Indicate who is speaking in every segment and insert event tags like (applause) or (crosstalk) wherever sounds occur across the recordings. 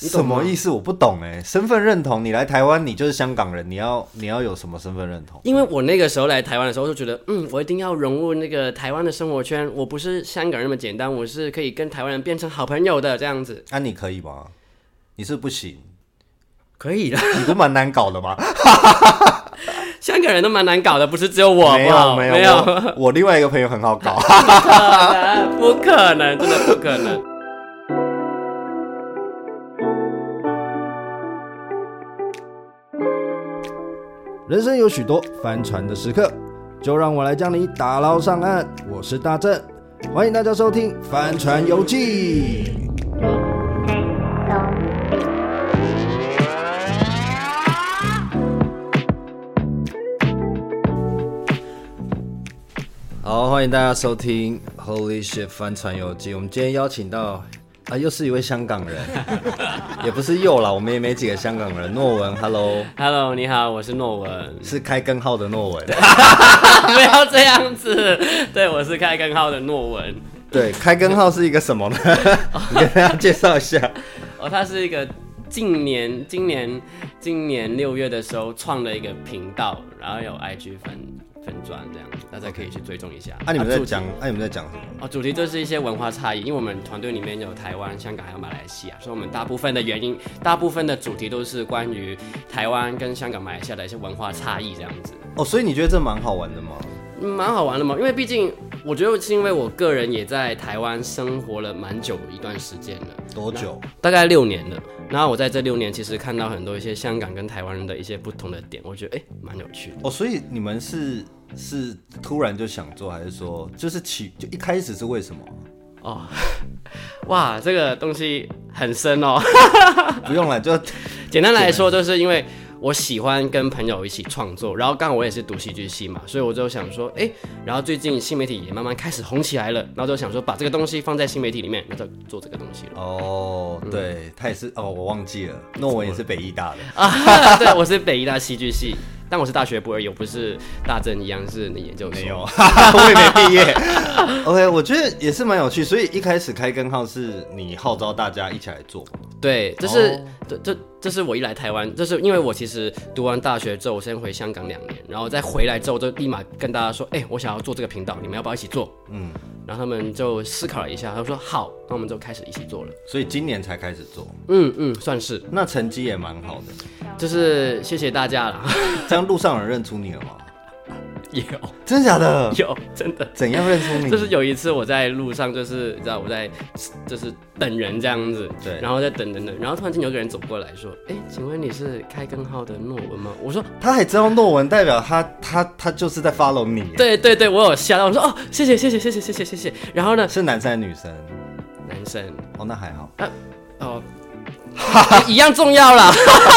Speaker 1: 你
Speaker 2: 什
Speaker 1: 懂吗
Speaker 2: 么意思？我不懂哎、身份认同，你来台湾，你就是香港人，你要你要有什么身份认同？
Speaker 1: 因为我那个时候来台湾的时候，就觉得，嗯，我一定要融入那个台湾的生活圈，我不是香港人那么简单，我是可以跟台湾人变成好朋友的这样子，
Speaker 2: 那、你可以吗？你是不行，
Speaker 1: 可以的。
Speaker 2: 你不蛮难搞的吗？
Speaker 1: (laughs) 香港人都蛮难搞的，不是只有 (laughs) 我，
Speaker 2: 没
Speaker 1: 好不好
Speaker 2: 有
Speaker 1: 没
Speaker 2: 有，我我另外一个朋友很好搞。
Speaker 1: (laughs) 不可能，真的不可能。
Speaker 3: 人生有许多翻船的时刻，就让我来将你打捞上岸。我是大正，欢迎大家收听《帆船游记》。好，欢迎大家收听《Holy Shit 帆船游记》。我们今天邀请到啊，又是一位香港 (laughs) 人，也不是又啦，我们也没几个香港人。诺文，Hello，。
Speaker 1: Hello，你好，我是诺文 (laughs)
Speaker 3: 是开根号的诺文。
Speaker 1: 不要这样子，对我是开根号的诺文。
Speaker 3: 对，开根号是一个什 (laughs) 么呢？你跟大家介绍一下。
Speaker 1: 哦，他是一个近年、今年、今年六月的时候创了一个频道，然后有 IG 分分专这样子，大家可以去追踪一下。
Speaker 3: 啊，你们在
Speaker 1: 主题
Speaker 3: 讲，啊，你们在讲什么？
Speaker 1: 哦，主题就是一些文化差异，因为我们团队里面有台湾、香港还有马来西亚，所以我们大部分的原因，大部分的主题都是关于台湾跟香港、马来西亚的一些文化差异这样子。
Speaker 3: 哦，所以你觉得这蛮好玩的吗？
Speaker 1: 嗯蛮好玩的嘛，因为毕竟我觉得是因为我个人也在台湾生活了蛮久一段时间了，
Speaker 3: 多久？
Speaker 1: 大概六年了。然后我在这六年其实看到很多一些香港跟台湾人的一些不同的点，我觉得哎蛮有趣的。
Speaker 3: 哦，所以你们是是突然就想做，还是说就是起就一开始是为什么？
Speaker 1: 哦，哇，这个东西很深哦。
Speaker 3: 不用了， (laughs) 就
Speaker 1: 简单来说，就是因为我喜欢跟朋友一起创作，然后刚好我也是读戏剧系嘛，所以我就想说，哎，然后最近新媒体也慢慢开始红起来了，然后就想说把这个东西放在新媒体里面，那就做这个东
Speaker 3: (laughs)
Speaker 1: 西了。
Speaker 3: 哦，对他也是哦，我忘记了，诺文也是北艺 (laughs) 大的。
Speaker 1: 啊，对，我是北医大戏剧系，但我是大学部而已，我不是大正一样是研究所。
Speaker 3: 没有，我也没毕业。OK，我觉得也是蛮有趣，所以一开始开根号是你号召大家一起来做吗，
Speaker 1: 对，这是、
Speaker 3: 哦
Speaker 1: 这这这是我一来台湾，这是因为我其实读完大学之后，我先回香港两年，然后再回来之后就立马跟大家说，哎、我想要做这个频道，你们要不要一起做？嗯，然后他们就思考了一下，他们说好，那我们就开始一起做了。
Speaker 3: 所以今年才开始做，
Speaker 1: 嗯嗯，算是，
Speaker 3: 那成绩也蛮好的。
Speaker 1: 就是谢谢大家啦。 (laughs)
Speaker 3: 这样路上有人认出你了吗？
Speaker 1: 有
Speaker 3: 真的假的？
Speaker 1: 有，真的。
Speaker 3: 怎样认出你？
Speaker 1: 就是有一次我在路上，就是你知道我在就是等人这样子，
Speaker 3: 对
Speaker 1: 然后在等等等，然后突然间有个人走过来说：“哎，请问你是开根号的诺文吗？”我说
Speaker 3: 他还知道诺文，代表他他他就是在 follow 你。：“，
Speaker 1: 对对对，我有吓到。”我说：“哦，谢谢谢谢谢谢谢谢谢谢。”然后呢，
Speaker 3: 是男生还是女生？
Speaker 1: 男生
Speaker 3: 哦，那还好。 (laughs)
Speaker 1: 哦。一样重要啦，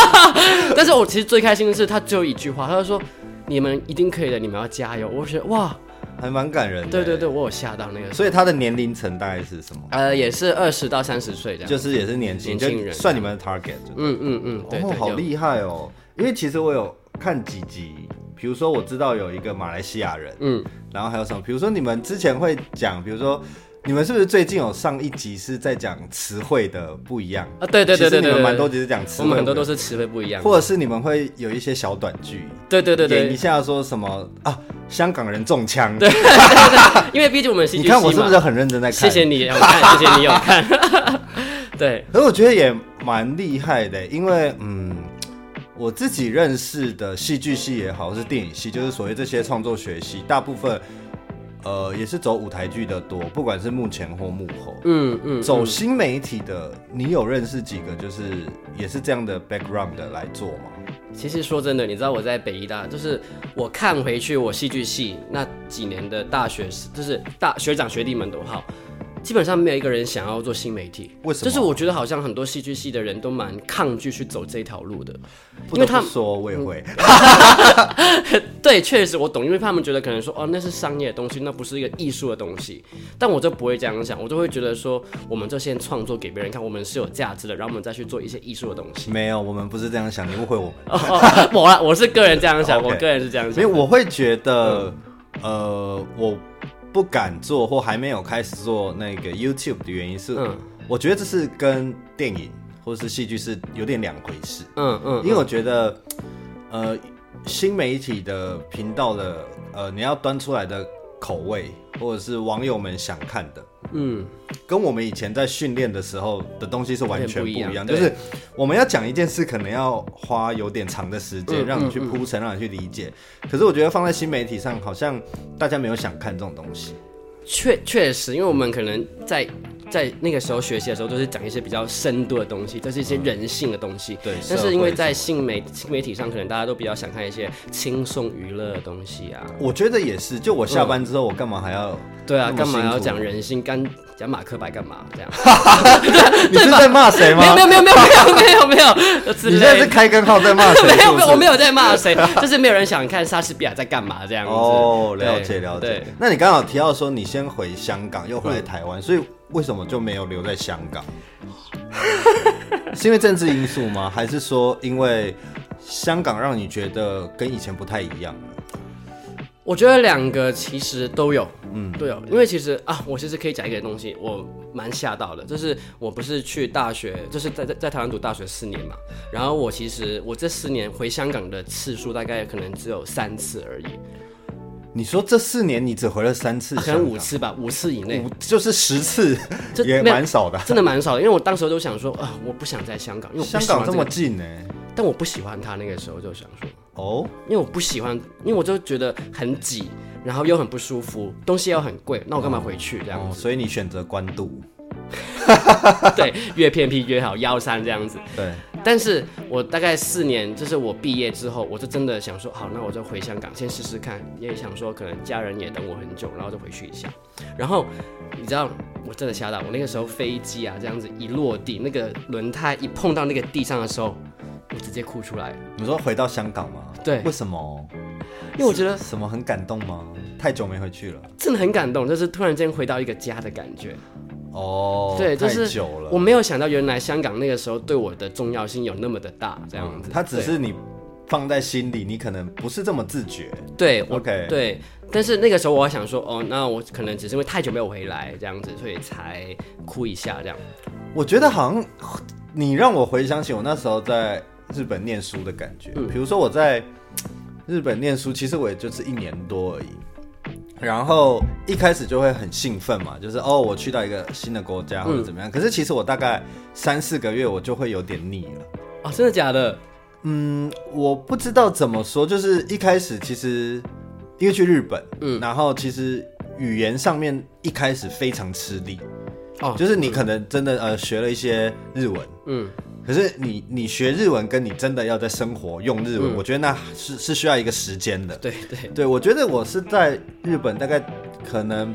Speaker 1: (laughs) 但是我其实最开心的是他只有一句话，他就说：“你们一定可以的，你们要加油。”我觉得哇，
Speaker 3: 还蛮感人的。
Speaker 1: 对对对，，我有吓到那个，
Speaker 3: 所以他的年龄层大概是什么？
Speaker 1: 呃，也是二十到三十岁这样，
Speaker 3: 就是也是年轻，
Speaker 1: 年轻人
Speaker 3: 就算你们的 target 就。
Speaker 1: 嗯嗯嗯，对对，
Speaker 3: 哦，好
Speaker 1: 有
Speaker 3: 厉害哦！因为其实我有看几集，比如说我知道有一个马来西亚人，
Speaker 1: 嗯，
Speaker 3: 然后还有什么，比如说你们之前会讲，比如说。你们是不是最近有上一集是在讲词汇的不一样
Speaker 1: 啊对对对
Speaker 3: 其实
Speaker 1: 对
Speaker 3: 你
Speaker 1: 对
Speaker 3: 们
Speaker 1: 对
Speaker 3: 蛮
Speaker 1: 对
Speaker 3: 多集是讲词
Speaker 1: 我
Speaker 3: 汇，
Speaker 1: 们很多都是词汇不一样的，
Speaker 3: 或者是你们会有一些小短剧，
Speaker 1: 对嗯对对
Speaker 3: 演一
Speaker 1: 对，
Speaker 3: 下说什么啊，香港人中枪，
Speaker 1: 因为毕竟我们戏
Speaker 3: 你
Speaker 1: 剧系
Speaker 3: 看我是不是
Speaker 1: 嘛，
Speaker 3: 很认真在看？
Speaker 1: 谢谢你有看，谢谢你有看， (laughs) 对，
Speaker 3: 可是我觉得也蛮厉害的，因为嗯，我自己认识的戏剧系也好，是电影系，就是所谓这些创作学系，大部分呃也是走舞台剧的多，不管是幕前或幕后。
Speaker 1: 嗯嗯，
Speaker 3: 走新媒体的，你有认识几个就是也是这样的 background 的来做吗？
Speaker 1: 其实说真的，你知道我在北医大，就是我看回去我戏剧系那几年的大学，就是大学长学弟们都好，基本上没有一个人想要做新媒体。
Speaker 3: 为什么
Speaker 1: 就是我觉得好像很多戏剧系的人都蛮抗拒去走这条路的。
Speaker 3: 不
Speaker 1: 因为
Speaker 3: 得
Speaker 1: 他嗯
Speaker 3: 不说我也会，
Speaker 1: 对，确实我懂，因为他们觉得可能说哦，那是商业的东西，那不是一个艺术的东西。但我就不会这样想，我就会觉得说，我们就先创作给别人看，我们是有价值的，然后我们再去做一些艺术的东西。
Speaker 3: 没有，我们不是这样想，你误会我们。
Speaker 1: 哦，哦我啦，我是个人这样想，
Speaker 3: (laughs) OK
Speaker 1: 我个人是这样
Speaker 3: 所以
Speaker 1: 想。
Speaker 3: 我会觉得，呃，我不敢做或还没有开始做那个 YouTube 的原因是，
Speaker 1: 嗯
Speaker 3: 我觉得这是跟电影或者是戏剧是有点两回事。
Speaker 1: 嗯嗯，
Speaker 3: 因为我觉得，呃，新媒体的频道的，呃，你要端出来的口味，或者是网友们想看的，
Speaker 1: 嗯，
Speaker 3: 跟我们以前在训练的时候的东西是完全不一
Speaker 1: 有点
Speaker 3: 样。
Speaker 1: 不一
Speaker 3: 就
Speaker 1: 样
Speaker 3: 是我们要讲一件事，可能要花有点长的时间，
Speaker 1: 嗯
Speaker 3: 让你去铺陈，让你去理解。可是我觉得放在新媒体上，好像大家没有想看这种东西。
Speaker 1: 确确实，因为我们可能在在那个时候学习的时候，都是讲一些比较深度的东西，这是一些人性的东西。
Speaker 3: 对
Speaker 1: 但
Speaker 3: 社会
Speaker 1: 是因为
Speaker 3: 什
Speaker 1: 在
Speaker 3: 么
Speaker 1: 新媒新媒体上，可能大家都比较想看一些轻松娱乐的东西啊。
Speaker 3: 我觉得也是，就我
Speaker 1: 嗯
Speaker 3: 下班之后，我干嘛还
Speaker 1: (laughs)
Speaker 3: 要？
Speaker 1: 对啊，
Speaker 3: 那么
Speaker 1: 干嘛
Speaker 3: 辛
Speaker 1: 要
Speaker 3: 苦
Speaker 1: 讲人性？干讲马克白干嘛？这样？
Speaker 3: 你是在骂谁
Speaker 1: 没
Speaker 3: 吗
Speaker 1: 有没？有没有没有没有没有没有，之
Speaker 3: 你现在
Speaker 1: 类
Speaker 3: 是
Speaker 1: 的
Speaker 3: 开根号在骂谁？
Speaker 1: (laughs) 没
Speaker 3: 是
Speaker 1: 有
Speaker 3: 不
Speaker 1: 没
Speaker 3: 是
Speaker 1: 有，我没有在骂谁，就是没有人想看莎士比亚在干嘛这样子。
Speaker 3: 哦，了
Speaker 1: 对
Speaker 3: 解了解
Speaker 1: 对。嗯
Speaker 3: 那你刚好提到说你先回香港，又回来台湾，所以为什么就没有留在香港？ (laughs) 是因为政治因素吗？还是说因为香港让你觉得跟以前不太一样了？
Speaker 1: 我觉得两个其实都有，嗯，都有，因为其实啊，我其实可以讲一个东西，我蛮吓到的，就是我不是去大学，就是在在在台湾读大学四年嘛，然后我其实我这四年回香港的次数大概可能只有三次而已，
Speaker 3: 你说这四年你只回了三次
Speaker 1: 啊
Speaker 3: 香
Speaker 1: 可
Speaker 3: 港，
Speaker 1: 能五次吧，五次以内
Speaker 3: 五，就是十次，
Speaker 1: 这
Speaker 3: 也
Speaker 1: 没有
Speaker 3: 蛮少的。
Speaker 1: 真的蛮少的，因为我当时都想说啊，我不想在香港，因为我不
Speaker 3: 香
Speaker 1: 喜欢
Speaker 3: 港这
Speaker 1: 个
Speaker 3: 么近呢、
Speaker 1: 但我不喜欢他那个时候就想说，
Speaker 3: 哦，
Speaker 1: 因为我不喜欢，因为我就觉得很挤，然后又很不舒服，东西又很贵，那我干嘛回去这样
Speaker 3: 哦
Speaker 1: 子？
Speaker 3: 所以你选择关渡，
Speaker 1: (laughs) 对，越偏僻越好，幺三这样子。
Speaker 3: 对，
Speaker 1: 但是我大概四年，就是我毕业之后，我就真的想说，好，那我就回香港先试试看，也想说可能家人也等我很久，然后就回去一下。然后你知道，我真的吓到，我那个时候飞机啊这样子一落地，那个轮胎一碰到那个地上的时候，我直接哭出来了，
Speaker 3: 你说回到香港吗？
Speaker 1: 对
Speaker 3: 为什么？
Speaker 1: 因为我觉得
Speaker 3: 什么很感动吗？太久没回去了。
Speaker 1: 真的很感动，就是突然间回到一个家的感觉。
Speaker 3: 哦，
Speaker 1: 对，就
Speaker 3: 太
Speaker 1: 是
Speaker 3: 久了。
Speaker 1: 我没有想到，原来香港那个时候对我的重要性有那么的大，这样子。
Speaker 3: 嗯它只
Speaker 1: 对
Speaker 3: 是你放在心里，你可能不是这么自觉。
Speaker 1: 对我
Speaker 3: OK
Speaker 1: 对，但是那个时候我还想说，哦，那我可能只是因为太久没有回来这样子，所以才哭一下这样。
Speaker 3: 我觉得好像你让我回想起我那时候在日本念书的感觉。
Speaker 1: 嗯
Speaker 3: 比如说我在日本念书，其实我也就是一年多而已。然后一开始就会很兴奋嘛，就是哦，我去到一个新的国家或
Speaker 1: 嗯
Speaker 3: 者怎么样。可是其实我大概三四个月，我就会有点腻了。
Speaker 1: 哦，真的假的？
Speaker 3: 嗯，我不知道怎么说，就是一开始其实因为去日本，嗯，然后其实语言上面一开始非常吃力，
Speaker 1: 哦
Speaker 3: 就是你可能真的呃学了一些日文，
Speaker 1: 嗯，
Speaker 3: 可是你你学日文跟你真的要在生活用日文，我觉得那是是需要一个时间的。
Speaker 1: 嗯对对，
Speaker 3: 对，我觉得我是在日本大概可能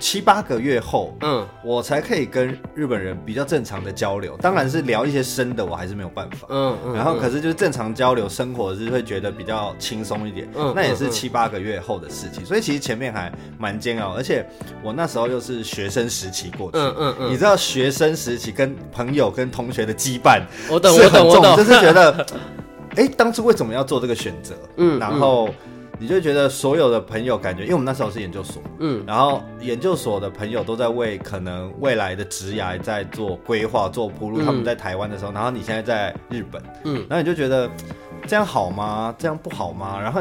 Speaker 3: 七八个月后，
Speaker 1: 嗯
Speaker 3: 我才可以跟日本人比较正常的交流，当然是聊一些深的，我还是没有办法。
Speaker 1: 嗯嗯。
Speaker 3: 然后可是就是正常交流生活是会觉得比较轻松一点，
Speaker 1: 嗯
Speaker 3: 那也
Speaker 1: 嗯
Speaker 3: 是
Speaker 1: 嗯
Speaker 3: 七八个月后的事情，所以其实前面还蛮煎熬，而且我那时候又是学生时期过去，
Speaker 1: 嗯嗯嗯
Speaker 3: 你知道学生时期跟朋友跟同学的羁绊
Speaker 1: 我懂
Speaker 3: 是
Speaker 1: 我
Speaker 3: 很
Speaker 1: 懂我
Speaker 3: 重
Speaker 1: 懂
Speaker 3: 就是觉得， (laughs) 哎，当初为什么要做这个选择？嗯，然后你就觉得所有的朋友感觉，因为我们那时候是研究所，
Speaker 1: 嗯，
Speaker 3: 然后研究所的朋友都在为可能未来的职涯在做规划、做铺路。他们在台湾的时候，然后你现在在日本，
Speaker 1: 嗯，
Speaker 3: 然后你就觉得嗯这样好吗？这样不好吗？然后，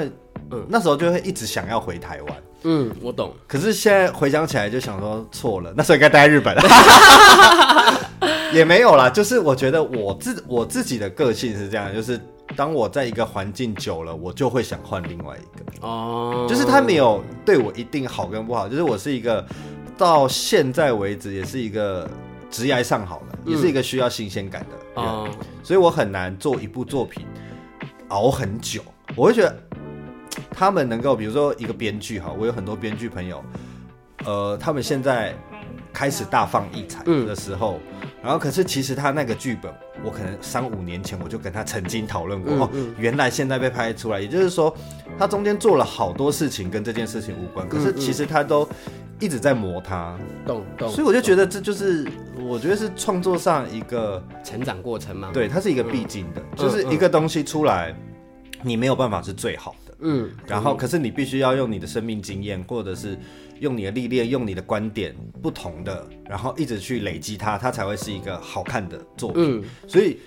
Speaker 3: 嗯，那时候就会一直想要回台湾。
Speaker 1: 嗯，我懂。
Speaker 3: 可是现在回想起来，就想说错了，那时候应该待在日本。也没有啦，就是我觉得我自我自己的个性是这样，就是当我在一个环境久了，我就会想换另外一个，
Speaker 1: 哦，
Speaker 3: 就是他没有对我一定好跟不好，就是我是一个到现在为止也是一个职业上好了，也是一个需要新鲜感的人，
Speaker 1: 哦，
Speaker 3: 所以我很难做一部作品熬很久，我会觉得他们能够，比如说一个编剧哈，我有很多编剧朋友，呃，他们现在开始大放异彩
Speaker 1: 嗯
Speaker 3: 的时候，然后可是其实他那个剧本，我可能三五年前我就跟他曾经讨论过，
Speaker 1: 嗯
Speaker 3: 哦，原来现在被拍出来，也就是说他中间做了好多事情跟这件事情无
Speaker 1: 嗯
Speaker 3: 关，可是其实他都一直在磨它，
Speaker 1: 懂懂。
Speaker 3: 所以我就觉得这就是我觉得是创作上一个。
Speaker 1: 得成长过程嘛，，
Speaker 3: 对，它是一个必经的，就是一个东西出来，你没有办法是最好的，
Speaker 1: 嗯，
Speaker 3: 然后可是你必须要用你的生命经验，或者是用你的历练，用你的观点不同的，然后一直去累积它，它才会是一个好看的作
Speaker 1: 嗯
Speaker 3: 品。所以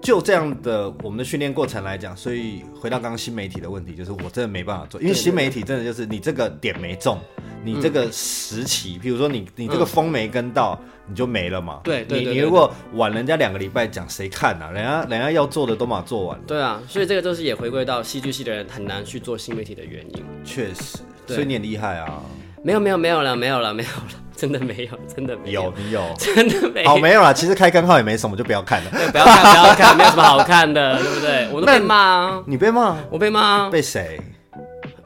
Speaker 3: 就这样的我们的训练过程来讲，所以回到刚刚新媒体的问题，就是我真的没办法做，因为新媒体真的就是你这个点没中，你这个时期，比如说你你这个风没跟到，你就没了嘛。
Speaker 1: 对对
Speaker 3: 你
Speaker 1: 对
Speaker 3: 你
Speaker 1: 对
Speaker 3: 如果晚人家两个礼拜讲，谁看啊？人家人家要做的都嘛做完了，
Speaker 1: 对啊，所以这个就是也回归到戏剧系的人很难去做新媒体的原因。
Speaker 3: 确实，
Speaker 1: 对
Speaker 3: 所以你很厉害啊，
Speaker 1: 没有没有没有了没有了没有了，真的没有真的没
Speaker 3: 有你有。
Speaker 1: (laughs) 真的没有
Speaker 3: 好，。没有啦，其实开根号也没什么，就不要看了。
Speaker 1: 对，不要看，不要看，没有什么好看的，对不对？我都被骂啊，
Speaker 3: 你被骂，
Speaker 1: 我被骂啊，
Speaker 3: 被谁？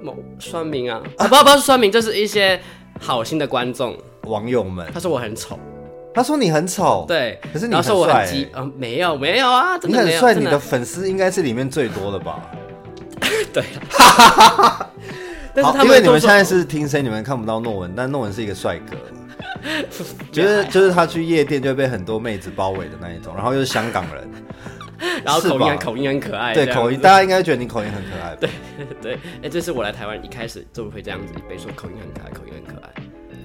Speaker 1: 某酸民啊，啊不不是酸民，就是一些好心的观众，
Speaker 3: 网友们，
Speaker 1: 他说我很丑，
Speaker 3: 他说你很丑，，
Speaker 1: 对，
Speaker 3: 可是你
Speaker 1: 然后说我
Speaker 3: 很帅
Speaker 1: 很鸡，啊没有没有啊，真
Speaker 3: 你
Speaker 1: 的没
Speaker 3: 很
Speaker 1: 有，
Speaker 3: 帅，
Speaker 1: 真
Speaker 3: 你的粉丝应该是里面最多的吧？
Speaker 1: (laughs)
Speaker 3: (laughs)
Speaker 1: 对，但是
Speaker 3: 好
Speaker 1: 他
Speaker 3: 因为
Speaker 1: 们
Speaker 3: 你
Speaker 1: 都
Speaker 3: 们现在
Speaker 1: 说
Speaker 3: 是听声，你们看不到诺文，但诺文是一个帅
Speaker 1: (laughs)
Speaker 3: 哥，
Speaker 1: 啊
Speaker 3: 就是就是他去夜店就会被很多妹子包围的那一种，然后又是香港
Speaker 1: (laughs)
Speaker 3: 人，
Speaker 1: 然后口音
Speaker 3: 是吧
Speaker 1: 很口音很可爱，
Speaker 3: 对
Speaker 1: 这样
Speaker 3: 口音，大家应该觉得你口音很可爱吧，对，
Speaker 1: 哎啊对，哎，这是我来台湾一开始就会这样子，被说口音很可爱，口音很可爱，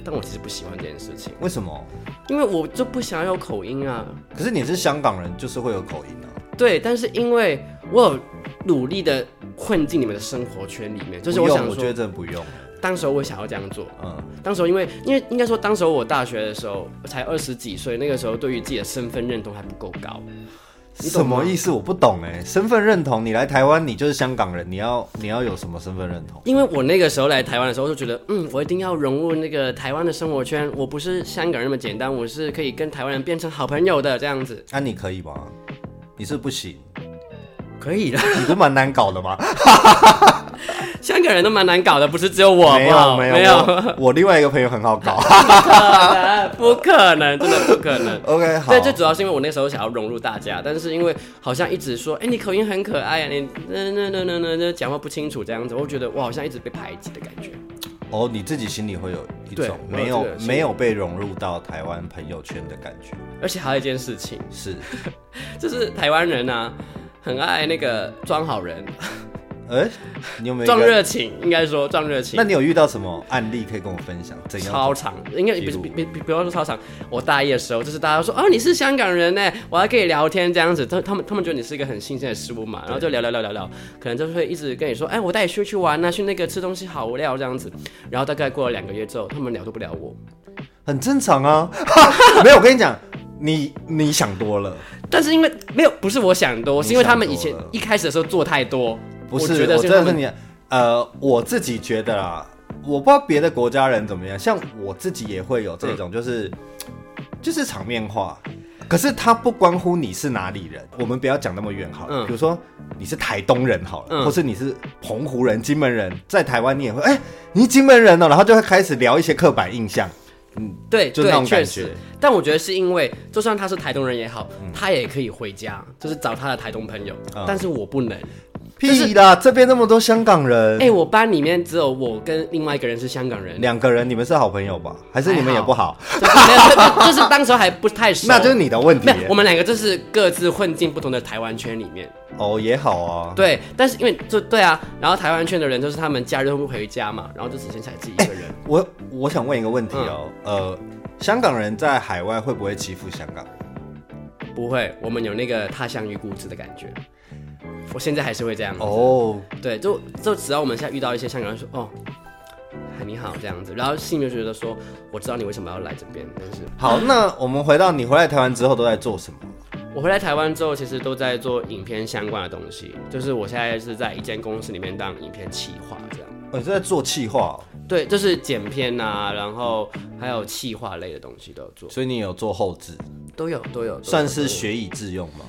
Speaker 1: 但我其实不喜欢这件事情，
Speaker 3: 为什么？
Speaker 1: 因为我就不想要有口音啊，
Speaker 3: 可是你是香港人，就是会有口音啊。
Speaker 1: 对，但是因为我有努力的混进你们的生活圈里面，就是
Speaker 3: 不
Speaker 1: 我
Speaker 3: 用
Speaker 1: 想
Speaker 3: 我觉得
Speaker 1: 说，
Speaker 3: 真的不用，
Speaker 1: 当时候我想要这样做。
Speaker 3: 嗯，
Speaker 1: 当时候因为因为应该说，当时候我大学的时候我才二十几岁，那个时候对于自己的身份认同还不够高。你
Speaker 3: 什
Speaker 1: 懂吗
Speaker 3: 么意思？我不懂哎、身份认同，你来台湾，你就是香港人，你要你要有什么身份认同？
Speaker 1: 因为我那个时候来台湾的时候，就觉得，嗯，我一定要融入那个台湾的生活圈，我不是香港人那么简单，我是可以跟台湾人变成好朋友的这样子，
Speaker 3: 啊那、你可以吗？你是不行，
Speaker 1: 可以的。
Speaker 3: 你不是蛮难搞的吗？
Speaker 1: (laughs) 香港人都蛮难搞的，不是只有我，
Speaker 3: 没
Speaker 1: 好不
Speaker 3: 有没
Speaker 1: 好没
Speaker 3: 有我我另外一个朋友很好
Speaker 1: (laughs)
Speaker 3: 搞。
Speaker 1: 有 (laughs) 不可能，真的不可能。
Speaker 3: OK，好
Speaker 1: 对，，最主要是因为我那时候想要融入大家，但是因为好像一直说，哎、你口音很可爱啊，你那那那那那那讲话不清楚这样子，我觉得我好像一直被排挤的感觉。
Speaker 3: 哦，你自己心里会有一
Speaker 1: 对
Speaker 3: 种
Speaker 1: 我有
Speaker 3: 没
Speaker 1: 这
Speaker 3: 有
Speaker 1: 个心理
Speaker 3: 没有被融入到台湾朋友圈的感觉，
Speaker 1: 而且还有一件事情，
Speaker 3: 是，
Speaker 1: (laughs) 就是台湾人啊，很爱那个装好人、
Speaker 3: 哎、你有没有
Speaker 1: 装
Speaker 3: 一个？
Speaker 1: 热情，应该说装热情
Speaker 3: 那。你有遇到什么案例可以跟我分享？怎样？
Speaker 1: 超长，应该不是不不不要说超长。我大一的时候，就是大家说哦，你是香港人呢，我还可以聊天这样子。他他们他们觉得你是一个很新鲜的事物嘛，然后就聊聊聊聊聊，可能就会一直跟你说，哎，我带你出去玩啊，去那个吃东西好无聊这样子。然后大概过了两个月之后，他们聊都不聊我。
Speaker 3: 很正常啊。 (laughs) 没有，我跟你讲，你你想多了，
Speaker 1: 但是因为没有不是我想多，是因为他们以
Speaker 3: 你
Speaker 1: 前
Speaker 3: 想多了
Speaker 1: 一开始的时候做太多，
Speaker 3: 不是？
Speaker 1: 我觉得
Speaker 3: 我
Speaker 1: 是
Speaker 3: 真的
Speaker 1: 他
Speaker 3: 是
Speaker 1: 们
Speaker 3: 你，呃，我自己觉得啦，我不知道别的国家人怎么样，像我自己也会有这
Speaker 1: 嗯
Speaker 3: 种，就是、就是场面话。可是它不关乎你是哪里人，我们不要讲那么远好了。
Speaker 1: 嗯
Speaker 3: 比如说你是台东人好了，
Speaker 1: 嗯
Speaker 3: 或是你是澎湖人、金门人，在台湾你也会哎、你是金门人哦，然后就会开始聊一些刻板印象，嗯，
Speaker 1: 对
Speaker 3: 就那种
Speaker 1: 对，
Speaker 3: 感
Speaker 1: 确
Speaker 3: 觉
Speaker 1: 实。但我觉得是因为，就算他是台东人也好，他也可以回家，就是找他的台东朋友。
Speaker 3: 嗯
Speaker 1: 但是我不能。
Speaker 3: 屁啦，这边那么多香港人，
Speaker 1: 哎、我班里面只有我跟另外一个人是香港人，
Speaker 3: 两个人你们是好朋友吧？还是你们也不好？
Speaker 1: (laughs) 就是没有就就是 (laughs) 当时候还不太熟，
Speaker 3: 那就是你的问题
Speaker 1: 没。有，我们两个就是各自混进不同的台湾圈里面。
Speaker 3: 哦，也好啊。
Speaker 1: 对，但是因为就对啊，然后台湾圈的人就是他们假日会不回家嘛，然后就只剩下自己一个人。
Speaker 3: 我我想问一个问题哦，呃，香港人在海外会不会欺负香港人？哎
Speaker 1: 不会，我们有那个他乡遇故知的感觉。我现在还是会这样子。
Speaker 3: 哦，
Speaker 1: 对，就就只要我们现在遇到一些香港人说哦。嗨你好，这样子，然后心里面觉得说，我知道你为什么要来这边，但是
Speaker 3: 好，那我们回到你回来台湾之后都在做什么？
Speaker 1: 我回来台湾之后，其实都在做影片相关的东西，就是我现在是在一间公司里面当影片企划这样。
Speaker 3: 我、哦、你是在做企划哦、
Speaker 1: 对，就是剪片啊，然后还有企划类的东西都有做，
Speaker 3: 所以你有做后置，
Speaker 1: 都有都有。
Speaker 3: 算
Speaker 1: 都
Speaker 3: 是
Speaker 1: 有
Speaker 3: 学以致用吗？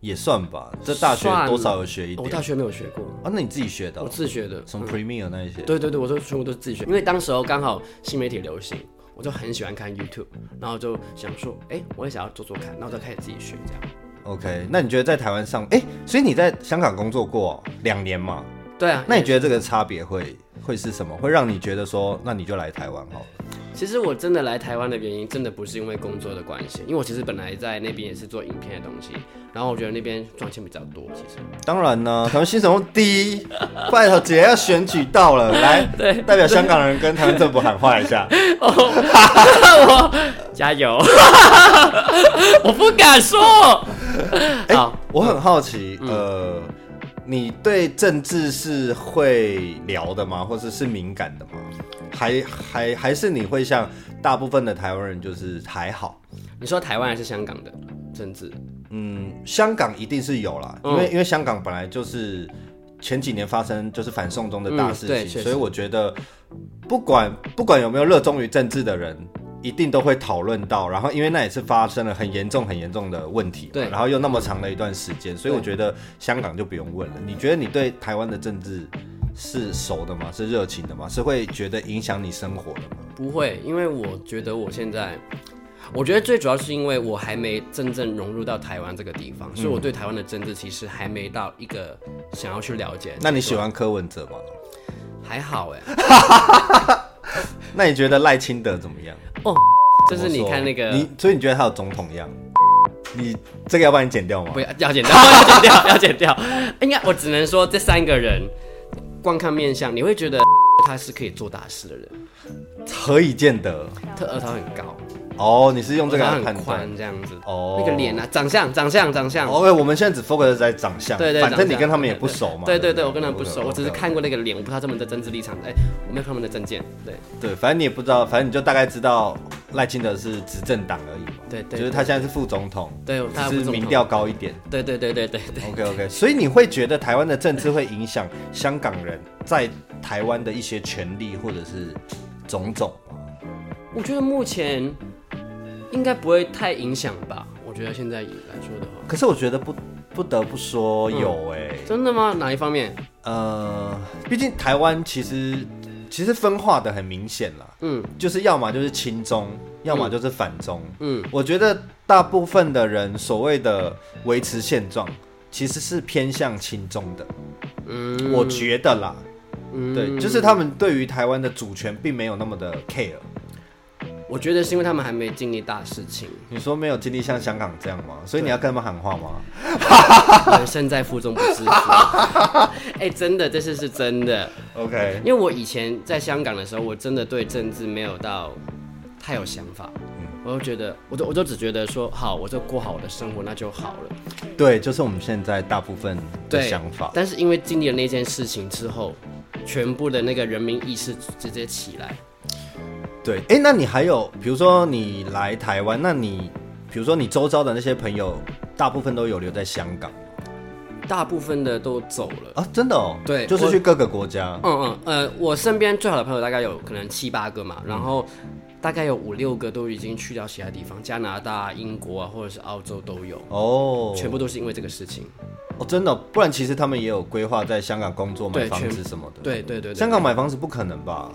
Speaker 3: 也算吧，这大学
Speaker 1: 算
Speaker 3: 多少有学一
Speaker 1: 哦我
Speaker 3: 点。
Speaker 1: 大学没有学过，
Speaker 3: 啊，那你自己学的哦、
Speaker 1: 我自学的。
Speaker 3: 什么 Premiere 那一些？
Speaker 1: 对对对，我说全部都是自学，因为当时候刚好新媒体流行，我就很喜欢看 YouTube，然后就想说，哎，我也想要做做看，然后就开始自己学这样。
Speaker 3: OK，那你觉得在台湾上，哎、所以你在香港工作过哦两、年嘛？
Speaker 1: 对啊，
Speaker 3: 那你觉得这个差别会会是什么？会让你觉得说，那你就来台湾好了？
Speaker 1: 其实我真的来台湾的原因，真的不是因为工作的关系，因为我其实本来在那边也是做影片的东西，然后我觉得那边赚钱比较多，其实。
Speaker 3: 当然呢，台湾薪水那么低，拜托姐要选举到了，来代表香港人跟台湾政府喊话一下。(laughs)
Speaker 1: 加油！我不敢说。
Speaker 3: 哎、
Speaker 1: (laughs) 好，
Speaker 3: (laughs) 我很好奇，呃，你对政治是会聊的吗？或者是敏感的吗？还还还是你会像大部分的台湾人，就是还好。
Speaker 1: 你说台湾还是香港的政治？
Speaker 3: 嗯，香港一定是有啦，
Speaker 1: 嗯
Speaker 3: 因为、因为香港本来就是前几年发生就是反送中的大事
Speaker 1: 嗯对
Speaker 3: 情，
Speaker 1: 确实
Speaker 3: 所以我觉得不管不管有没有热衷于政治的人。一定都会讨论到，然后因为那也是发生了很严重、很严重的问题嘛，
Speaker 1: 对
Speaker 3: 然后又那么长的一段时间，所以我觉得香港就不用问了。你觉得你对台湾的政治是熟的吗？是热情的吗？是会觉得影响你生活的吗？
Speaker 1: 不会，因为我觉得我现在，我觉得最主要是因为我还没真正融入到台湾这个地方，所以我对台湾的政治其实还没到一个想要去了解。
Speaker 3: 那你喜欢柯文哲吗？
Speaker 1: 还好哎、
Speaker 3: 那你觉得赖清德怎么样？
Speaker 1: 哦，就是你看那个，
Speaker 3: 你所以你觉得他有总统样？你这个要帮你剪掉吗
Speaker 1: 不？要要剪掉，要剪掉，要剪掉。应该我只能说这三个人，光看面相，你会觉得他是可以做大事的人，
Speaker 3: 何以见得？
Speaker 1: 特额头很高，
Speaker 3: 哦，你是用这个
Speaker 1: 额
Speaker 3: 来
Speaker 1: 头很
Speaker 3: 判断？
Speaker 1: 宽这样子，
Speaker 3: 哦，
Speaker 1: 那个脸啊，长相，长相，长相。
Speaker 3: 哦。OK，我们现在只 focus 在长相，
Speaker 1: 对对，
Speaker 3: 反正
Speaker 1: 长
Speaker 3: 你
Speaker 1: 相
Speaker 3: 跟他们也不熟嘛。
Speaker 1: 对对
Speaker 3: 对
Speaker 1: 对，我跟他们不熟，
Speaker 3: OK，OK，
Speaker 1: 我只是看过那个脸，我不知道他们的政治立场。哎，我没有看他们的证件。对
Speaker 3: 对，反正你也不知道，反正你就大概知道赖清德是执政党而已嘛。
Speaker 1: 对对
Speaker 3: 就是他现在是副总统，
Speaker 1: 对，他
Speaker 3: 只
Speaker 1: 不
Speaker 3: 是
Speaker 1: 总
Speaker 3: 民
Speaker 1: 统
Speaker 3: 调。高一点。
Speaker 1: 对对对对对对，
Speaker 3: OK OK，所以你会觉得台湾的政治会影响香港人在台湾的一些权利或者是种种吗？
Speaker 1: 我觉得目前应该不会太影响吧。我觉得现在来说的话，
Speaker 3: 可是我觉得不不得不说
Speaker 1: 嗯
Speaker 3: 有哎、
Speaker 1: 真的吗？哪一方面？
Speaker 3: 呃，毕竟台湾其实其实分化的很明显啦，
Speaker 1: 嗯
Speaker 3: 就是要么就是亲中，要么就是反中。
Speaker 1: 嗯，
Speaker 3: 我觉得大部分的人所谓的维持现状，其实是偏向亲中的，
Speaker 1: 嗯
Speaker 3: 我觉得啦，
Speaker 1: 嗯
Speaker 3: 对，就是他们对于台湾的主权并没有那么的 care。
Speaker 1: 我觉得是因为他们还没经历大事情， (laughs)
Speaker 3: 你说没有经历像香港这样吗？所以你要跟他们喊话吗？
Speaker 1: 人生在福中不知福。 (laughs) 哎，真的，这次是真的。
Speaker 3: OK，
Speaker 1: 因为我以前在香港的时候，我真的对政治没有到太有想法，
Speaker 3: 嗯
Speaker 1: 我就觉得，我就我就只觉得说，好，我就过好我的生活，那就好了。
Speaker 3: 对，就是我们现在大部分的
Speaker 1: 对，
Speaker 3: 想法。
Speaker 1: 但是因为经历了那件事情之后，全部的那个人民意识直接起来。
Speaker 3: 对，哎，那你还有，比如说你来台湾，那你，比如说你周遭的那些朋友，大部分都有留在香港
Speaker 1: 大部分的都走了。
Speaker 3: 啊，真的哦，
Speaker 1: 对
Speaker 3: 就是
Speaker 1: 我
Speaker 3: 去各个国家，
Speaker 1: 嗯嗯，呃，我身边最好的朋友大概有可能七八个嘛，
Speaker 3: 嗯
Speaker 1: 然后大概有五六个都已经去到其他地方，加拿大、英国啊，或者是澳洲都有，
Speaker 3: 哦，
Speaker 1: 全部都是因为这个事情。
Speaker 3: 哦，真的哦，不然其实他们也有规划在香港工作、买
Speaker 1: 对
Speaker 3: 房
Speaker 1: 全
Speaker 3: 子什么的。
Speaker 1: 对对对对，
Speaker 3: 香港买房子不可能吧？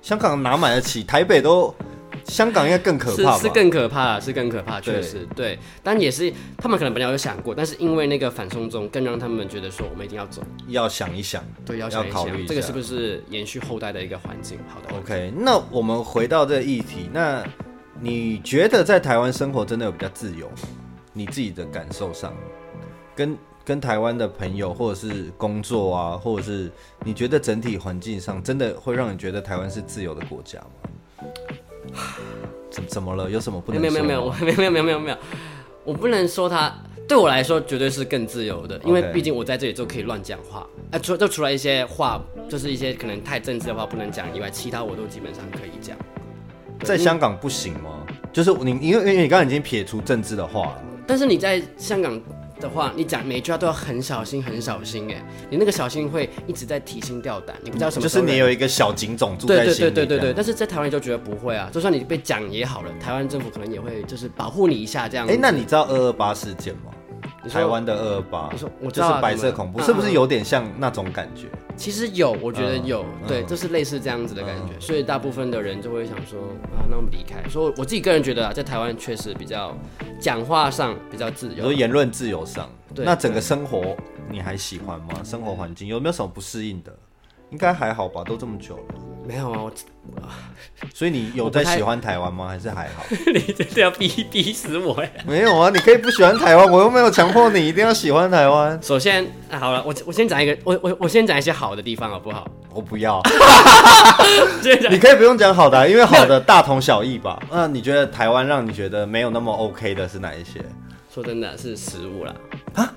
Speaker 3: 香港哪买得起？台北都，香港应该更可怕吧？
Speaker 1: 是是更可怕，是更可怕，
Speaker 3: 对
Speaker 1: 确实对。但也是他们可能本来有想过，但是因为那个反送中，更让他们觉得说我们一定要走，
Speaker 3: 要想一想。
Speaker 1: 对，要
Speaker 3: 要
Speaker 1: 想一
Speaker 3: 考虑一
Speaker 1: 想这个是
Speaker 3: 下
Speaker 1: 不是延续后代的一个环境。好的
Speaker 3: OK，那我们回到这个议题，那你觉得在台湾生活真的有比较自由吗？你自己的感受上，跟跟台湾的朋友或者是工作啊，或者是你觉得整体环境上，真的会让你觉得台湾是自由的国家吗？怎怎么了？有什么不能
Speaker 1: 没有没
Speaker 3: 说
Speaker 1: 有没有，我
Speaker 3: 吗
Speaker 1: 没有没有没有没有没有，我不能说他对我来说绝对是更自由的，因为
Speaker 3: OK
Speaker 1: 毕竟我在这里就可以乱讲话，啊、除就除了一些话，就是一些可能太政治的话不能讲以外，其他我都基本上可以讲。
Speaker 3: 在香港不行吗？就是你，因为因为你刚刚已经撇除政治的话了，
Speaker 1: 但是你在香港的话，你讲每一句话都要很小心，很小心哎，你那个小心会一直在提心吊胆，你不知道什
Speaker 3: 就
Speaker 1: 么时
Speaker 3: 是
Speaker 1: 候
Speaker 3: 你
Speaker 1: 人
Speaker 3: 有一个小警种住
Speaker 1: 对
Speaker 3: 在
Speaker 1: 对
Speaker 3: 心
Speaker 1: 对
Speaker 3: 里。
Speaker 1: 对对
Speaker 3: 这
Speaker 1: 对，
Speaker 3: 样
Speaker 1: 但是在台湾你就觉得不会啊，就算你被讲也好了，台湾政府可能也会就是保护你一下这样子。
Speaker 3: 哎、那你知道二二八事件吗？
Speaker 1: 你说
Speaker 3: 台湾的二二八，
Speaker 1: 你说我知
Speaker 3: 就
Speaker 1: 道啊
Speaker 3: 是白色
Speaker 1: 怎么
Speaker 3: 恐怖，
Speaker 1: 嗯
Speaker 3: 是不是
Speaker 1: 嗯
Speaker 3: 有点像那种感觉？
Speaker 1: 其实有，我觉得有，
Speaker 3: 嗯
Speaker 1: 对，
Speaker 3: 嗯
Speaker 1: 就是类似这样子的感觉，所以大部分的人就会想说啊，那我们离开。所以我我自己个人觉得啊，在台湾确实比较讲话上比较自
Speaker 3: 有时
Speaker 1: 由
Speaker 3: 候。言论自由上，
Speaker 1: 对
Speaker 3: 那整个生活你还喜欢吗？生活环境有没有什么不适应的？应该还好吧，都这么久了。
Speaker 1: 没有啊，我 (laughs)
Speaker 3: 所以你有
Speaker 1: 我不
Speaker 3: 在
Speaker 1: 太
Speaker 3: 喜欢台湾吗？还是还好？ (laughs)
Speaker 1: 你真的要逼逼死我呀！
Speaker 3: 没有啊，你可以不喜欢台湾，我又没有强迫你一定要喜欢台湾。
Speaker 1: 首先，啊好了，我我先讲一个，我我我先讲一些好的地方好不好？
Speaker 3: 我不
Speaker 1: (laughs)
Speaker 3: 要，
Speaker 1: 先讲
Speaker 3: 你可以不用讲好的啊、因为好的大同小异吧。那你觉得台湾让你觉得没有那么 OK 的是哪一些？
Speaker 1: 说真的是食物啦，
Speaker 3: 啊，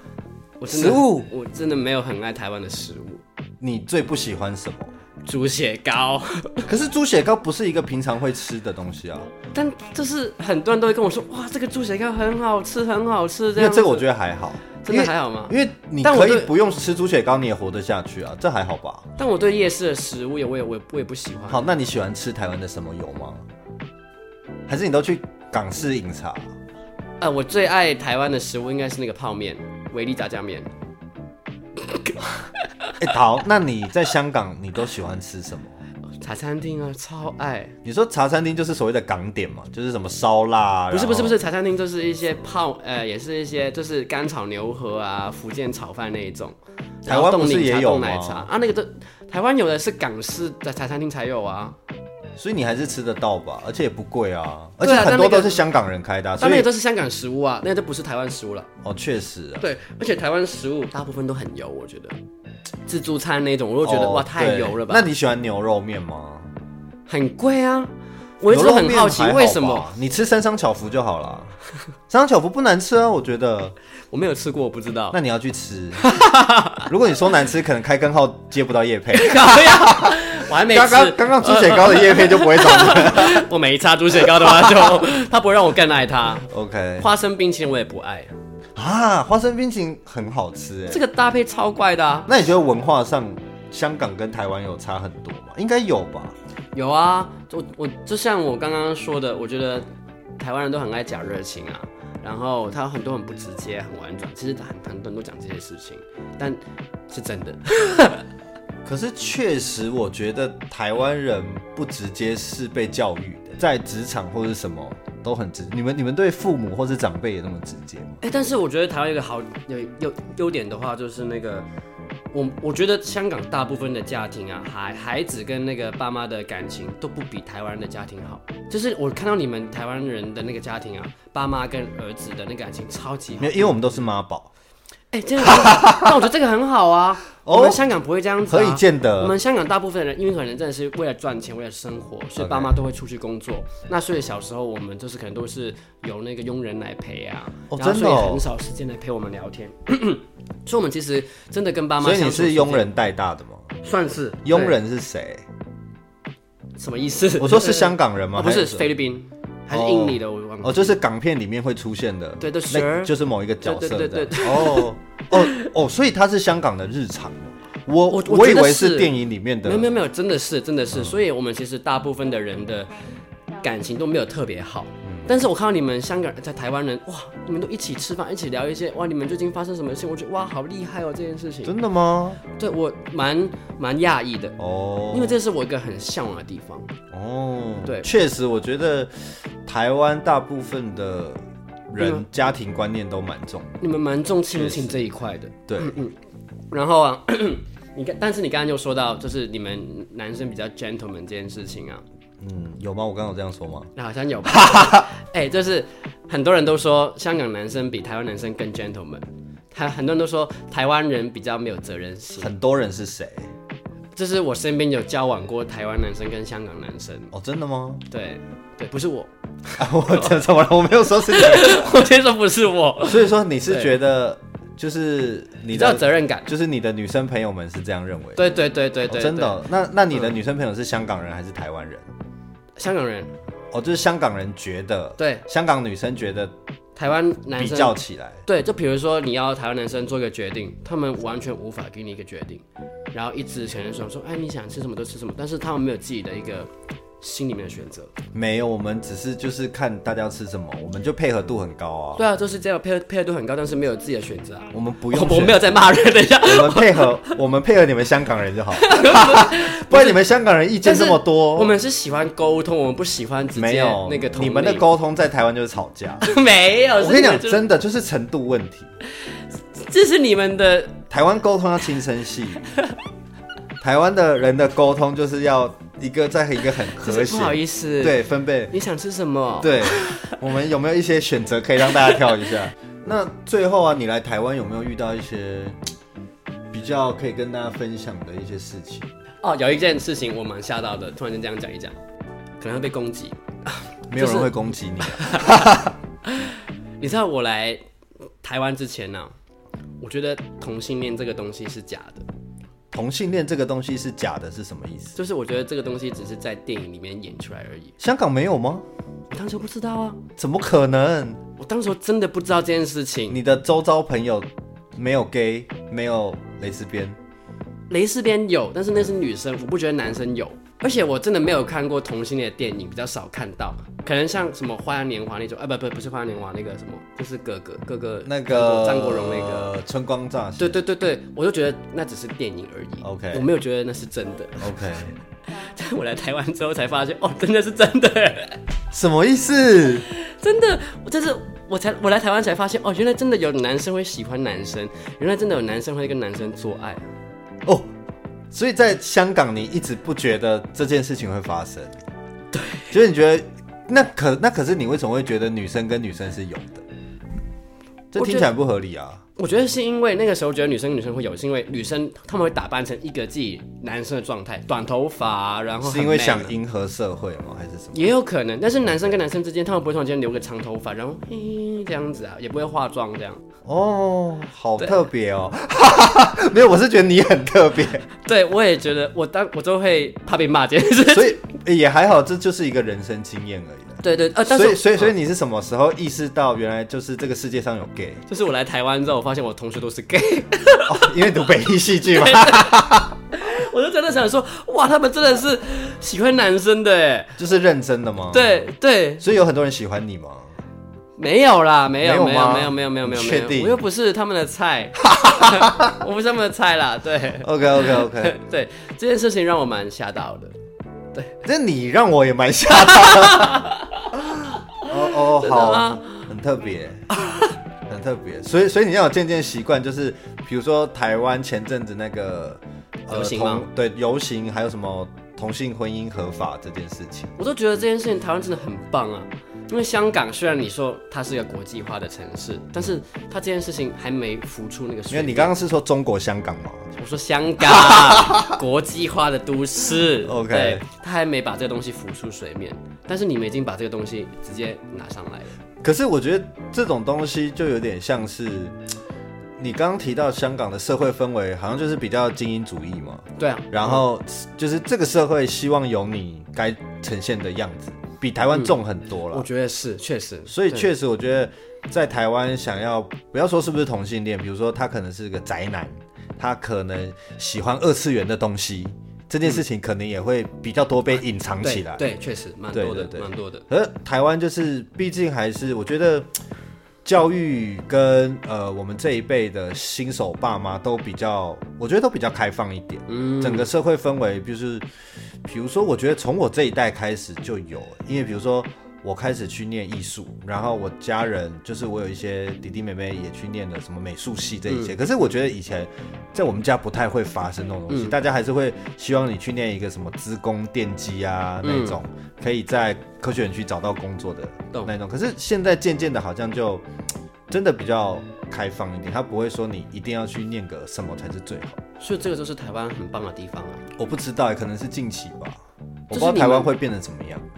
Speaker 1: 我真的
Speaker 3: 食物，
Speaker 1: 我真的没有很爱台湾的食物，
Speaker 3: 你最不喜欢什么？
Speaker 1: 猪血糕，
Speaker 3: 可是猪血糕不是一个平常会吃的东西啊，
Speaker 1: 但就是很多人都会跟我说，哇，这个猪血糕很好吃，很好吃，这
Speaker 3: 因为
Speaker 1: 样
Speaker 3: 这个我觉
Speaker 1: 得，
Speaker 3: 得还好，
Speaker 1: 真啊的还好啊吗
Speaker 3: 因为你
Speaker 1: 但我
Speaker 3: 可以
Speaker 1: 对
Speaker 3: 不用吃猪血糕，你也活得下去啊，这还好吧？
Speaker 1: 但我对夜市的食物也我也我也我也不喜欢。
Speaker 3: 好，那你喜欢吃台湾的什么油吗？还是你都去港式饮茶？
Speaker 1: 呃，我最爱台湾的食物应该是那个泡面，维力炸酱面。
Speaker 3: 哎、
Speaker 1: (laughs)
Speaker 3: 好，那你在香港你都喜欢吃什么？
Speaker 1: 茶餐厅啊，超爱。
Speaker 3: 你说茶餐厅就是所谓的港点嘛，就是什么烧腊啊？
Speaker 1: 不是不是不
Speaker 3: 是，
Speaker 1: 是，茶餐厅就是一些泡，呃，也是一些就是干炒牛河啊、福建炒饭那一种。
Speaker 3: 台湾
Speaker 1: 然后冻
Speaker 3: 不是
Speaker 1: 柠
Speaker 3: 也
Speaker 1: 茶
Speaker 3: 有
Speaker 1: 冻
Speaker 3: 吗
Speaker 1: 奶茶啊，那个都台湾有的是港式的茶餐厅才有啊，
Speaker 3: 所以你还是吃得到吧，而且也不贵啊，而且
Speaker 1: 对啊
Speaker 3: 很
Speaker 1: 但
Speaker 3: 多
Speaker 1: 那个
Speaker 3: 都是香港人开的啊、
Speaker 1: 但
Speaker 3: 所
Speaker 1: 那
Speaker 3: 以
Speaker 1: 个都是香港食物啊，那个都不是台湾食物了。
Speaker 3: 哦，确实啊，
Speaker 1: 对，而且台湾食物大部分都很油，我觉得自助餐那种，我都觉得、
Speaker 3: 哦
Speaker 1: 哇太
Speaker 3: 对
Speaker 1: 油了吧。
Speaker 3: 那你喜欢牛肉面吗？
Speaker 1: 很贵啊，我一直
Speaker 3: 牛肉
Speaker 1: 很
Speaker 3: 面
Speaker 1: 好奇
Speaker 3: 还
Speaker 1: 为
Speaker 3: 吧
Speaker 1: 什么
Speaker 3: 你吃三商巧福就好了， (laughs) 三商巧福不难吃啊，我觉得。
Speaker 1: 我没有吃过，我不知道。
Speaker 3: 那你要去
Speaker 1: (laughs)
Speaker 3: 吃，如果你说难吃，可能开根号接不到叶
Speaker 1: (laughs)
Speaker 3: 配。
Speaker 1: 高呀， (laughs) 我还没
Speaker 3: 刚刚
Speaker 1: 吃，
Speaker 3: 刚刚猪血糕的叶配就不会找
Speaker 1: (laughs)
Speaker 3: 你。
Speaker 1: 我没擦猪血糕的话就，它不会让我更爱它。
Speaker 3: OK
Speaker 1: 花生冰淇淋我也不爱，
Speaker 3: 啊，花生冰淇淋很好吃哎、
Speaker 1: 这个搭配超怪的、啊。
Speaker 3: 那你觉得文化上香港跟台湾有差很多吗？应该有吧。
Speaker 1: 有啊，我我就像我刚刚说的，我觉得台湾人都很爱讲热情啊，然后他很多很不直接，很婉转。其实很很多人都讲这些事情，但是真的。
Speaker 3: 可是确实，我觉得台湾人不直接是被教育的，在职场或是什么都很直。你们你们对父母或是长辈也那么直接吗？
Speaker 1: 哎、但是我觉得台湾有一个好有有优点的话，就是那个我我觉得香港大部分的家庭啊，孩孩子跟那个爸妈的感情都不比台湾的家庭好。就是我看到你们台湾人的那个家庭啊，爸妈跟儿子的那个感情超级好
Speaker 3: 没有，。因为我们都是妈宝，
Speaker 1: 哎、真的，但我觉得这个很好啊。
Speaker 3: 哦
Speaker 1: 我们香港不会这样子、
Speaker 3: 可
Speaker 1: 啊，
Speaker 3: 以见得
Speaker 1: 我们香港大部分人，因为可能真的是为了赚钱，为了生活，所以爸妈都会出去工作。那所以小时候我们就是可能都是由那个佣人来陪啊，
Speaker 3: 哦
Speaker 1: 然后
Speaker 3: 真
Speaker 1: 所
Speaker 3: 的
Speaker 1: 以
Speaker 3: 哦
Speaker 1: 很少时间来陪我们聊天。 (coughs) 所以我们其实真的跟爸妈
Speaker 3: 所
Speaker 1: 相
Speaker 3: 以
Speaker 1: 处，
Speaker 3: 你是佣，人带大的吗？
Speaker 1: 算是
Speaker 3: 佣人是谁？
Speaker 1: 对什么意思？
Speaker 3: 我说
Speaker 1: (laughs)
Speaker 3: 是香港人吗？
Speaker 1: 哦不
Speaker 3: 还
Speaker 1: 是菲律宾还是印尼的，我忘了。
Speaker 3: 哦，就是港片里面会出现的，
Speaker 1: 对对
Speaker 3: 那
Speaker 1: sir
Speaker 3: 就是某一个角色
Speaker 1: 对对对
Speaker 3: 这样哦哦哦，所以他是香港的日常。我
Speaker 1: 我
Speaker 3: 我
Speaker 1: 我觉
Speaker 3: 以
Speaker 1: 得
Speaker 3: 为
Speaker 1: 是
Speaker 3: 是电影里面的嗯
Speaker 1: 没有没有没有，真的是真的是，所以我们其实大部分的人的感情都没有特别好。
Speaker 3: 嗯
Speaker 1: 但是我看到你们香港在台湾人，哇，你们都一起吃饭，一起聊一些，哇，你们最近发生什么事情？我觉得哇，好厉害哦，这件事情，
Speaker 3: 真的吗？
Speaker 1: 对我蛮蛮讶异的，
Speaker 3: 哦，
Speaker 1: 因为这是我一个很向往的地方。
Speaker 3: 哦，
Speaker 1: 对
Speaker 3: 确实，我觉得台湾大部分的人、
Speaker 1: 嗯
Speaker 3: 家庭观念都蛮重的，
Speaker 1: 你们蛮重亲情这一块的，
Speaker 3: 对，
Speaker 1: 然后啊， (coughs) 你看，但是你刚刚又说到，就是你们男生比较 gentleman 这件事情啊，
Speaker 3: 嗯，有吗？我刚刚有这样说吗？
Speaker 1: 那好
Speaker 3: (laughs)
Speaker 1: 像有吧？哎、就是很多人都说香港男生比台湾男生更 gentleman，他很多人都说台湾人比较没有责任心。
Speaker 3: 很多人是谁？
Speaker 1: 就是我身边有交往过台湾男生跟香港男生，
Speaker 3: 哦，真的吗？
Speaker 1: 对对，不是
Speaker 3: (laughs)
Speaker 1: 我，
Speaker 3: 啊、我这怎么了？我没有说是
Speaker 1: (laughs)
Speaker 3: 你，
Speaker 1: 我先说不是我，
Speaker 3: 所以说你是
Speaker 1: 对
Speaker 3: 觉得就是你
Speaker 1: 比较有
Speaker 3: 的，
Speaker 1: 责任感。
Speaker 3: 就是你的女生朋友们是这样认为的。
Speaker 1: 对对对对
Speaker 3: 哦
Speaker 1: 对，
Speaker 3: 真的
Speaker 1: 对，
Speaker 3: 哦、那那你的女生朋友是香港人还是台湾人？
Speaker 1: 香港人
Speaker 3: 哦，就是香港人觉得，
Speaker 1: 对
Speaker 3: 香港女生觉得
Speaker 1: 台湾男
Speaker 3: 比
Speaker 1: 生
Speaker 3: 较起来，
Speaker 1: 对，就比如说你要台湾男生做一个决定，他们完全无法给你一个决定，然后一直承认说说，哎，你想吃什么就吃什么，但是他们没有自己的一个心里面的选择。
Speaker 3: 没有，我们只是就是看大家要吃什么，我们就配合度很高啊。
Speaker 1: 对啊，就是这样，配合配合度很高，但是没有自己的选择啊。
Speaker 3: 我们不
Speaker 1: 我
Speaker 3: 用
Speaker 1: 我
Speaker 3: 选
Speaker 1: 没有在骂人，等一下。
Speaker 3: (laughs) 我们配合，我们配合你们香港人就
Speaker 1: (laughs)
Speaker 3: 好，不然你们香港人意见
Speaker 1: 但是
Speaker 3: 这么多，
Speaker 1: 我们是喜欢沟通，我们不喜欢直
Speaker 3: 没
Speaker 1: 接
Speaker 3: 有
Speaker 1: 那个统
Speaker 3: 你们的
Speaker 1: 领
Speaker 3: 沟通在台湾就是吵架。
Speaker 1: (laughs) 没有。
Speaker 3: 我跟你讲，
Speaker 1: 这
Speaker 3: 真的就是程度问题。
Speaker 1: 这是你们的
Speaker 3: 台湾沟通要轻声细语，台湾的人的沟通就是要一个在一个很
Speaker 1: 就是
Speaker 3: 和
Speaker 1: 不好
Speaker 3: 谐，
Speaker 1: 意思，，
Speaker 3: 对分贝，
Speaker 1: 你想吃什么？，
Speaker 3: 对，我们有没有一些选择可以让大家跳一下？那最后啊，你来台湾有没有遇到一些比较可以跟大家分享的一些事情？
Speaker 1: 哦，有一件事情我蛮吓到的，突然间这样讲一讲，可能会被攻击。
Speaker 3: 没有人会攻击你啊，
Speaker 1: 你知道我来台湾之前呢、我觉得同性恋这个东西是假的，
Speaker 3: 同性恋这个东西是假的，是什么意思？
Speaker 1: 就是我觉得这个东西只是在电影里面演出来而已。
Speaker 3: 香港没有吗？
Speaker 1: 我当时不知道啊，
Speaker 3: 怎么可能？
Speaker 1: 我当时真的不知道这件事情。
Speaker 3: 你的周遭朋友没有 gay，没有蕾丝边，
Speaker 1: 蕾丝边有，但是那是女生，我不觉得男生有。而且我真的没有看过同性恋的电影，比较少看到，可能像什么《花样年华》那种，啊不不不是《花样年华》那个什么，就是哥哥哥哥
Speaker 3: 那个
Speaker 1: 张国荣那个，
Speaker 3: 春光乍泄。
Speaker 1: 对对对对，我就觉得那只是电影而已。
Speaker 3: OK
Speaker 1: 我没有觉得那是真的。
Speaker 3: ，OK，
Speaker 1: 我来台湾之后才发现，哦，真的是真的，
Speaker 3: 什么意思？
Speaker 1: 真的，我这是我才我来台湾才发现，哦，原来真的有男生会喜欢男生，原来真的有男生会跟男生做爱。
Speaker 3: 哦，所以在香港，你一直不觉得这件事情会发生，对，就是你觉得那可那可是你为什么会觉得女生跟女生是有的？这
Speaker 1: 我觉
Speaker 3: 听
Speaker 1: 得
Speaker 3: 起来不合理啊！
Speaker 1: 我觉得是因为那个时候觉得女生跟女生会有，是因为女生她们会打扮成一个自己男生的状态，短头发，然后
Speaker 3: 是
Speaker 1: 很
Speaker 3: 因为
Speaker 1: man
Speaker 3: 想迎合社会吗？还是什么？
Speaker 1: 也有可能，但是男生跟男生之间，他们不会突然间留个长头发，然后嘿这样子啊，也不会化妆这样。
Speaker 3: 哦，好特别哦！ (laughs) 没有，我是觉得你很特
Speaker 1: (laughs)
Speaker 3: 别，
Speaker 1: 对我也觉得，我当我都会怕被骂这件
Speaker 3: (laughs)
Speaker 1: 事。
Speaker 3: 所以诶也还好，这就是一个人生经验而已啦。
Speaker 1: 对对，呃，但是
Speaker 3: 所以，所以，所以
Speaker 1: 嗯
Speaker 3: 你啊是什么时候意识到原来就是这个世界上有 gay？ (laughs)
Speaker 1: 就是我来台湾之后，我发现我同学都是 gay， (laughs)
Speaker 3: 哦，因为读北艺戏剧嘛。
Speaker 1: 我就真的想说，哇，他们真的是喜欢男生的哎。
Speaker 3: (laughs) 就是认真的吗？，
Speaker 1: 对对，
Speaker 3: 所以有很多人喜欢你吗？
Speaker 1: 没有啦，没有
Speaker 3: 没
Speaker 1: 没
Speaker 3: 有吗
Speaker 1: 有没有没有没有没有，
Speaker 3: 你
Speaker 1: 没
Speaker 3: 确
Speaker 1: 有
Speaker 3: 定
Speaker 1: 我又不是他们的菜，
Speaker 3: (laughs)
Speaker 1: 我不是他们的菜啦。对
Speaker 3: OK OK OK，
Speaker 1: (laughs) 对，这件事情让我蛮吓到的。
Speaker 3: 这你让我也蛮吓到 (laughs) 的。哦哦，
Speaker 1: 的吗
Speaker 3: 好，很特别，很特别。所以所以你要有渐渐习惯，就是比如说台湾前阵子那个呃
Speaker 1: 游行吗
Speaker 3: 同对游行，还有什么同性婚姻合法这件事情。
Speaker 1: 我都觉得这件事情台湾真的很棒啊，因为香港虽然你说它是一个国际化的城市，但是它这件事情还没浮出那个
Speaker 3: 因为
Speaker 1: 水面。
Speaker 3: 你刚刚是说中国香港嘛？
Speaker 1: 我说香
Speaker 3: (laughs)
Speaker 1: 港国际化的都市
Speaker 3: OK
Speaker 1: 对他还没把这个东西浮出水面，但是你们已经把这个东西直接拿上来了。
Speaker 3: 可是我觉得这种东西就有点像是你刚刚提到香港的社会氛围，好像就是比较精英主义嘛。
Speaker 1: 对啊，
Speaker 3: 然后就是这个社会希望有你该呈现的样子，比台湾重很多了。
Speaker 1: 嗯我觉得是，确实，
Speaker 3: 所以
Speaker 1: 对
Speaker 3: 确实，我觉得在台湾想要不要说是不是同性恋，比如说他可能是个宅男，他可能喜欢二次元的东西，这件事情可能也会比较多被隐藏
Speaker 1: 对
Speaker 3: 起来。
Speaker 1: 对，确实蛮多
Speaker 3: 对
Speaker 1: 的
Speaker 3: 对，对
Speaker 1: 蛮多的。
Speaker 3: 而台湾就是，毕竟还是我觉得教育跟呃我们这一辈的新手爸妈都比较，我觉得都比较开放一点。嗯，整个社会氛围就是，比如说，我觉得从我这一代开始就有，因为比如说。我开始去念艺术，然后我家人就是我有一些弟弟妹妹也去念了什么美术系这一些，可是我觉得以前在我们家不太会发生那种东西，大家还是会希望你去念一个什么资工、电机啊那种，可以在科学园区找到工作的
Speaker 1: 懂
Speaker 3: 那种。可是现在渐渐的，好像就真的比较开放一点，他不会说你一定要去念个什么才是最好。
Speaker 1: 所以这个就是台湾很棒的地方啊，
Speaker 3: 我不知道欸，可能是近期吧，我不知
Speaker 1: 就是
Speaker 3: 道
Speaker 1: 你
Speaker 3: 台湾
Speaker 1: 们
Speaker 3: 会变成怎么样。 (laughs)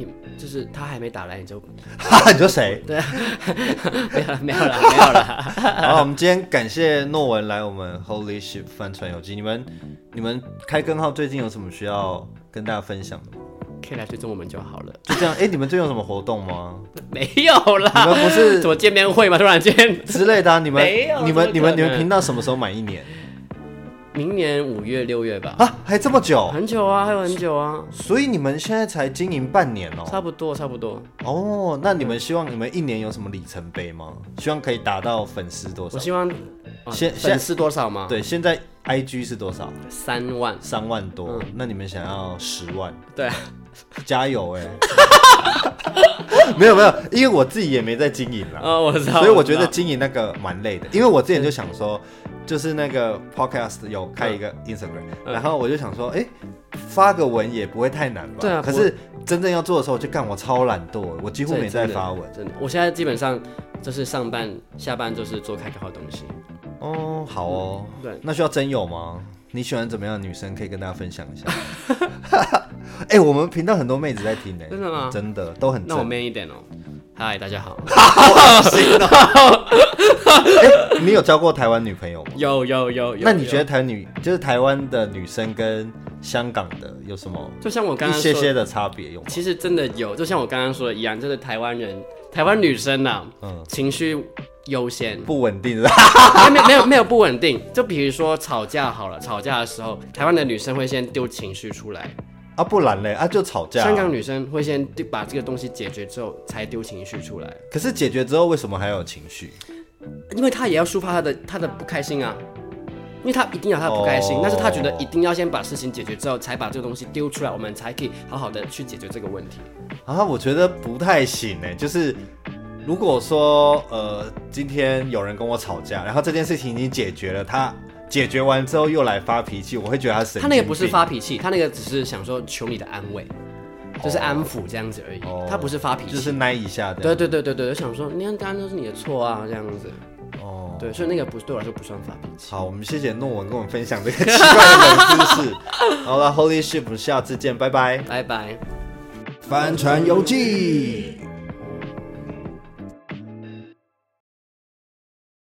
Speaker 1: 你就是他还没打来你就 (laughs)
Speaker 3: 哈哈，你说谁？
Speaker 1: 啊没有了，没有了，没有了。
Speaker 3: 好，我们今天感谢诺文来我们 Holy Ship 帆船游记。你们你们开根号最近有什么需要跟大家分享的吗？
Speaker 1: 可以来追踪我们就好了，
Speaker 3: 就这样，哎、你们最近有什么活动
Speaker 1: (laughs)
Speaker 3: 吗？
Speaker 1: 没有啦。
Speaker 3: 你们不是
Speaker 1: (laughs) 什么见面会吗？突然间，
Speaker 3: 之类的、啊，你们
Speaker 1: 没有
Speaker 3: 你
Speaker 1: 怎么可
Speaker 3: 们
Speaker 1: 能
Speaker 3: 你们你们频道什么时候满一年
Speaker 1: 明年五月六月吧，
Speaker 3: 啊？还这么久，
Speaker 1: 很久啊，还有很久啊，
Speaker 3: 所以你们现在才经营半年
Speaker 1: 差
Speaker 3: 哦。
Speaker 1: 不多，差不多。
Speaker 3: 哦，那你们希望你们一年有什么里程碑吗？希望可以达到粉丝多
Speaker 1: 我
Speaker 3: 少？
Speaker 1: 希望，啊
Speaker 3: 先先
Speaker 1: 粉丝多少吗？，
Speaker 3: 对，现在 IG 是多少？
Speaker 1: 三万。嗯
Speaker 3: 三万多，那你们想要十万？
Speaker 1: 对啊， (laughs)
Speaker 3: 加油哎、没有没有，因为我自己也没在经营啦，
Speaker 1: 哦，我知道，
Speaker 3: 啊所以我
Speaker 1: 知
Speaker 3: 觉
Speaker 1: 道
Speaker 3: 得经营那个蛮累的。因为我之前就想说，就是那个 podcast 有开一个 Instagram，、
Speaker 1: 嗯
Speaker 3: 然后我就想说，哎、发个文也不会太难吧？
Speaker 1: 对啊
Speaker 3: 可
Speaker 1: 不
Speaker 3: 是真正要做的时候，就干我超懒惰，我几乎没在发文。
Speaker 1: 真的，我现在基本上就是上班、下班就是做开号的东西。
Speaker 3: 哦，好哦，
Speaker 1: 嗯对
Speaker 3: 那需要真友吗？你喜欢怎么样的女生？可以跟大家分享一下。
Speaker 1: (laughs)
Speaker 3: 哎、我们频道很多妹子在听呢、
Speaker 1: 真的吗
Speaker 3: 真的都很
Speaker 1: 啊那我
Speaker 3: 正。
Speaker 1: man 一点哦。嗨，
Speaker 3: (laughs)
Speaker 1: 大家好。
Speaker 3: 哎、 (laughs) 你有交过台湾女朋友吗？
Speaker 1: 有有有有。
Speaker 3: 那你
Speaker 1: 有
Speaker 3: 觉得？台女就是台湾的女生跟香港的有什么
Speaker 1: 就像我刚
Speaker 3: 一
Speaker 1: 刚说
Speaker 3: 些
Speaker 1: 的，
Speaker 3: 些的差别有吗？
Speaker 1: 其实真的有，就像我刚刚说的一样，就是台湾人、台湾女生呐、
Speaker 3: 嗯
Speaker 1: 情绪优先， (laughs)
Speaker 3: 不稳定的， (laughs)
Speaker 1: 哎没没有没有不稳定。就比如说吵架好了，吵架的时候，台湾的女生会先丢情绪出来，
Speaker 3: 啊，不然嘞啊就吵架、
Speaker 1: 香港女生会先丢把这个东西解决之后才丢情绪出来，
Speaker 3: 可是解决之后为什么还有情绪？
Speaker 1: 因为她也要抒发她的她的不开心啊。因为她一定有她的不开心
Speaker 3: 哦
Speaker 1: 但是她觉得一定要先把事情解决之后，才把这个东西丢出来，我们才可以好好的去解决这个问题。
Speaker 3: 啊，我觉得不太行哎，就是如果说呃，今天有人跟我吵架，然后这件事情已经解决了，他解决完之后又来发脾气，我会觉得他神经
Speaker 1: 他那个不
Speaker 3: 病
Speaker 1: 是发脾气，他那个只是想说求你的安慰，就是安抚这样子而已。
Speaker 3: 哦
Speaker 1: 他不是发脾气，
Speaker 3: 就是那一下的
Speaker 1: 对对对对对，就想说你看刚刚都是你的错啊这样子。
Speaker 3: 哦。
Speaker 1: 对，所以那个不对我来说不算发脾气。
Speaker 3: 好，我们谢谢诺文跟我们分享这个奇怪的冷知识。好了，Holy Ship，我们下次见，拜拜。
Speaker 1: 拜拜。
Speaker 3: 帆船游记。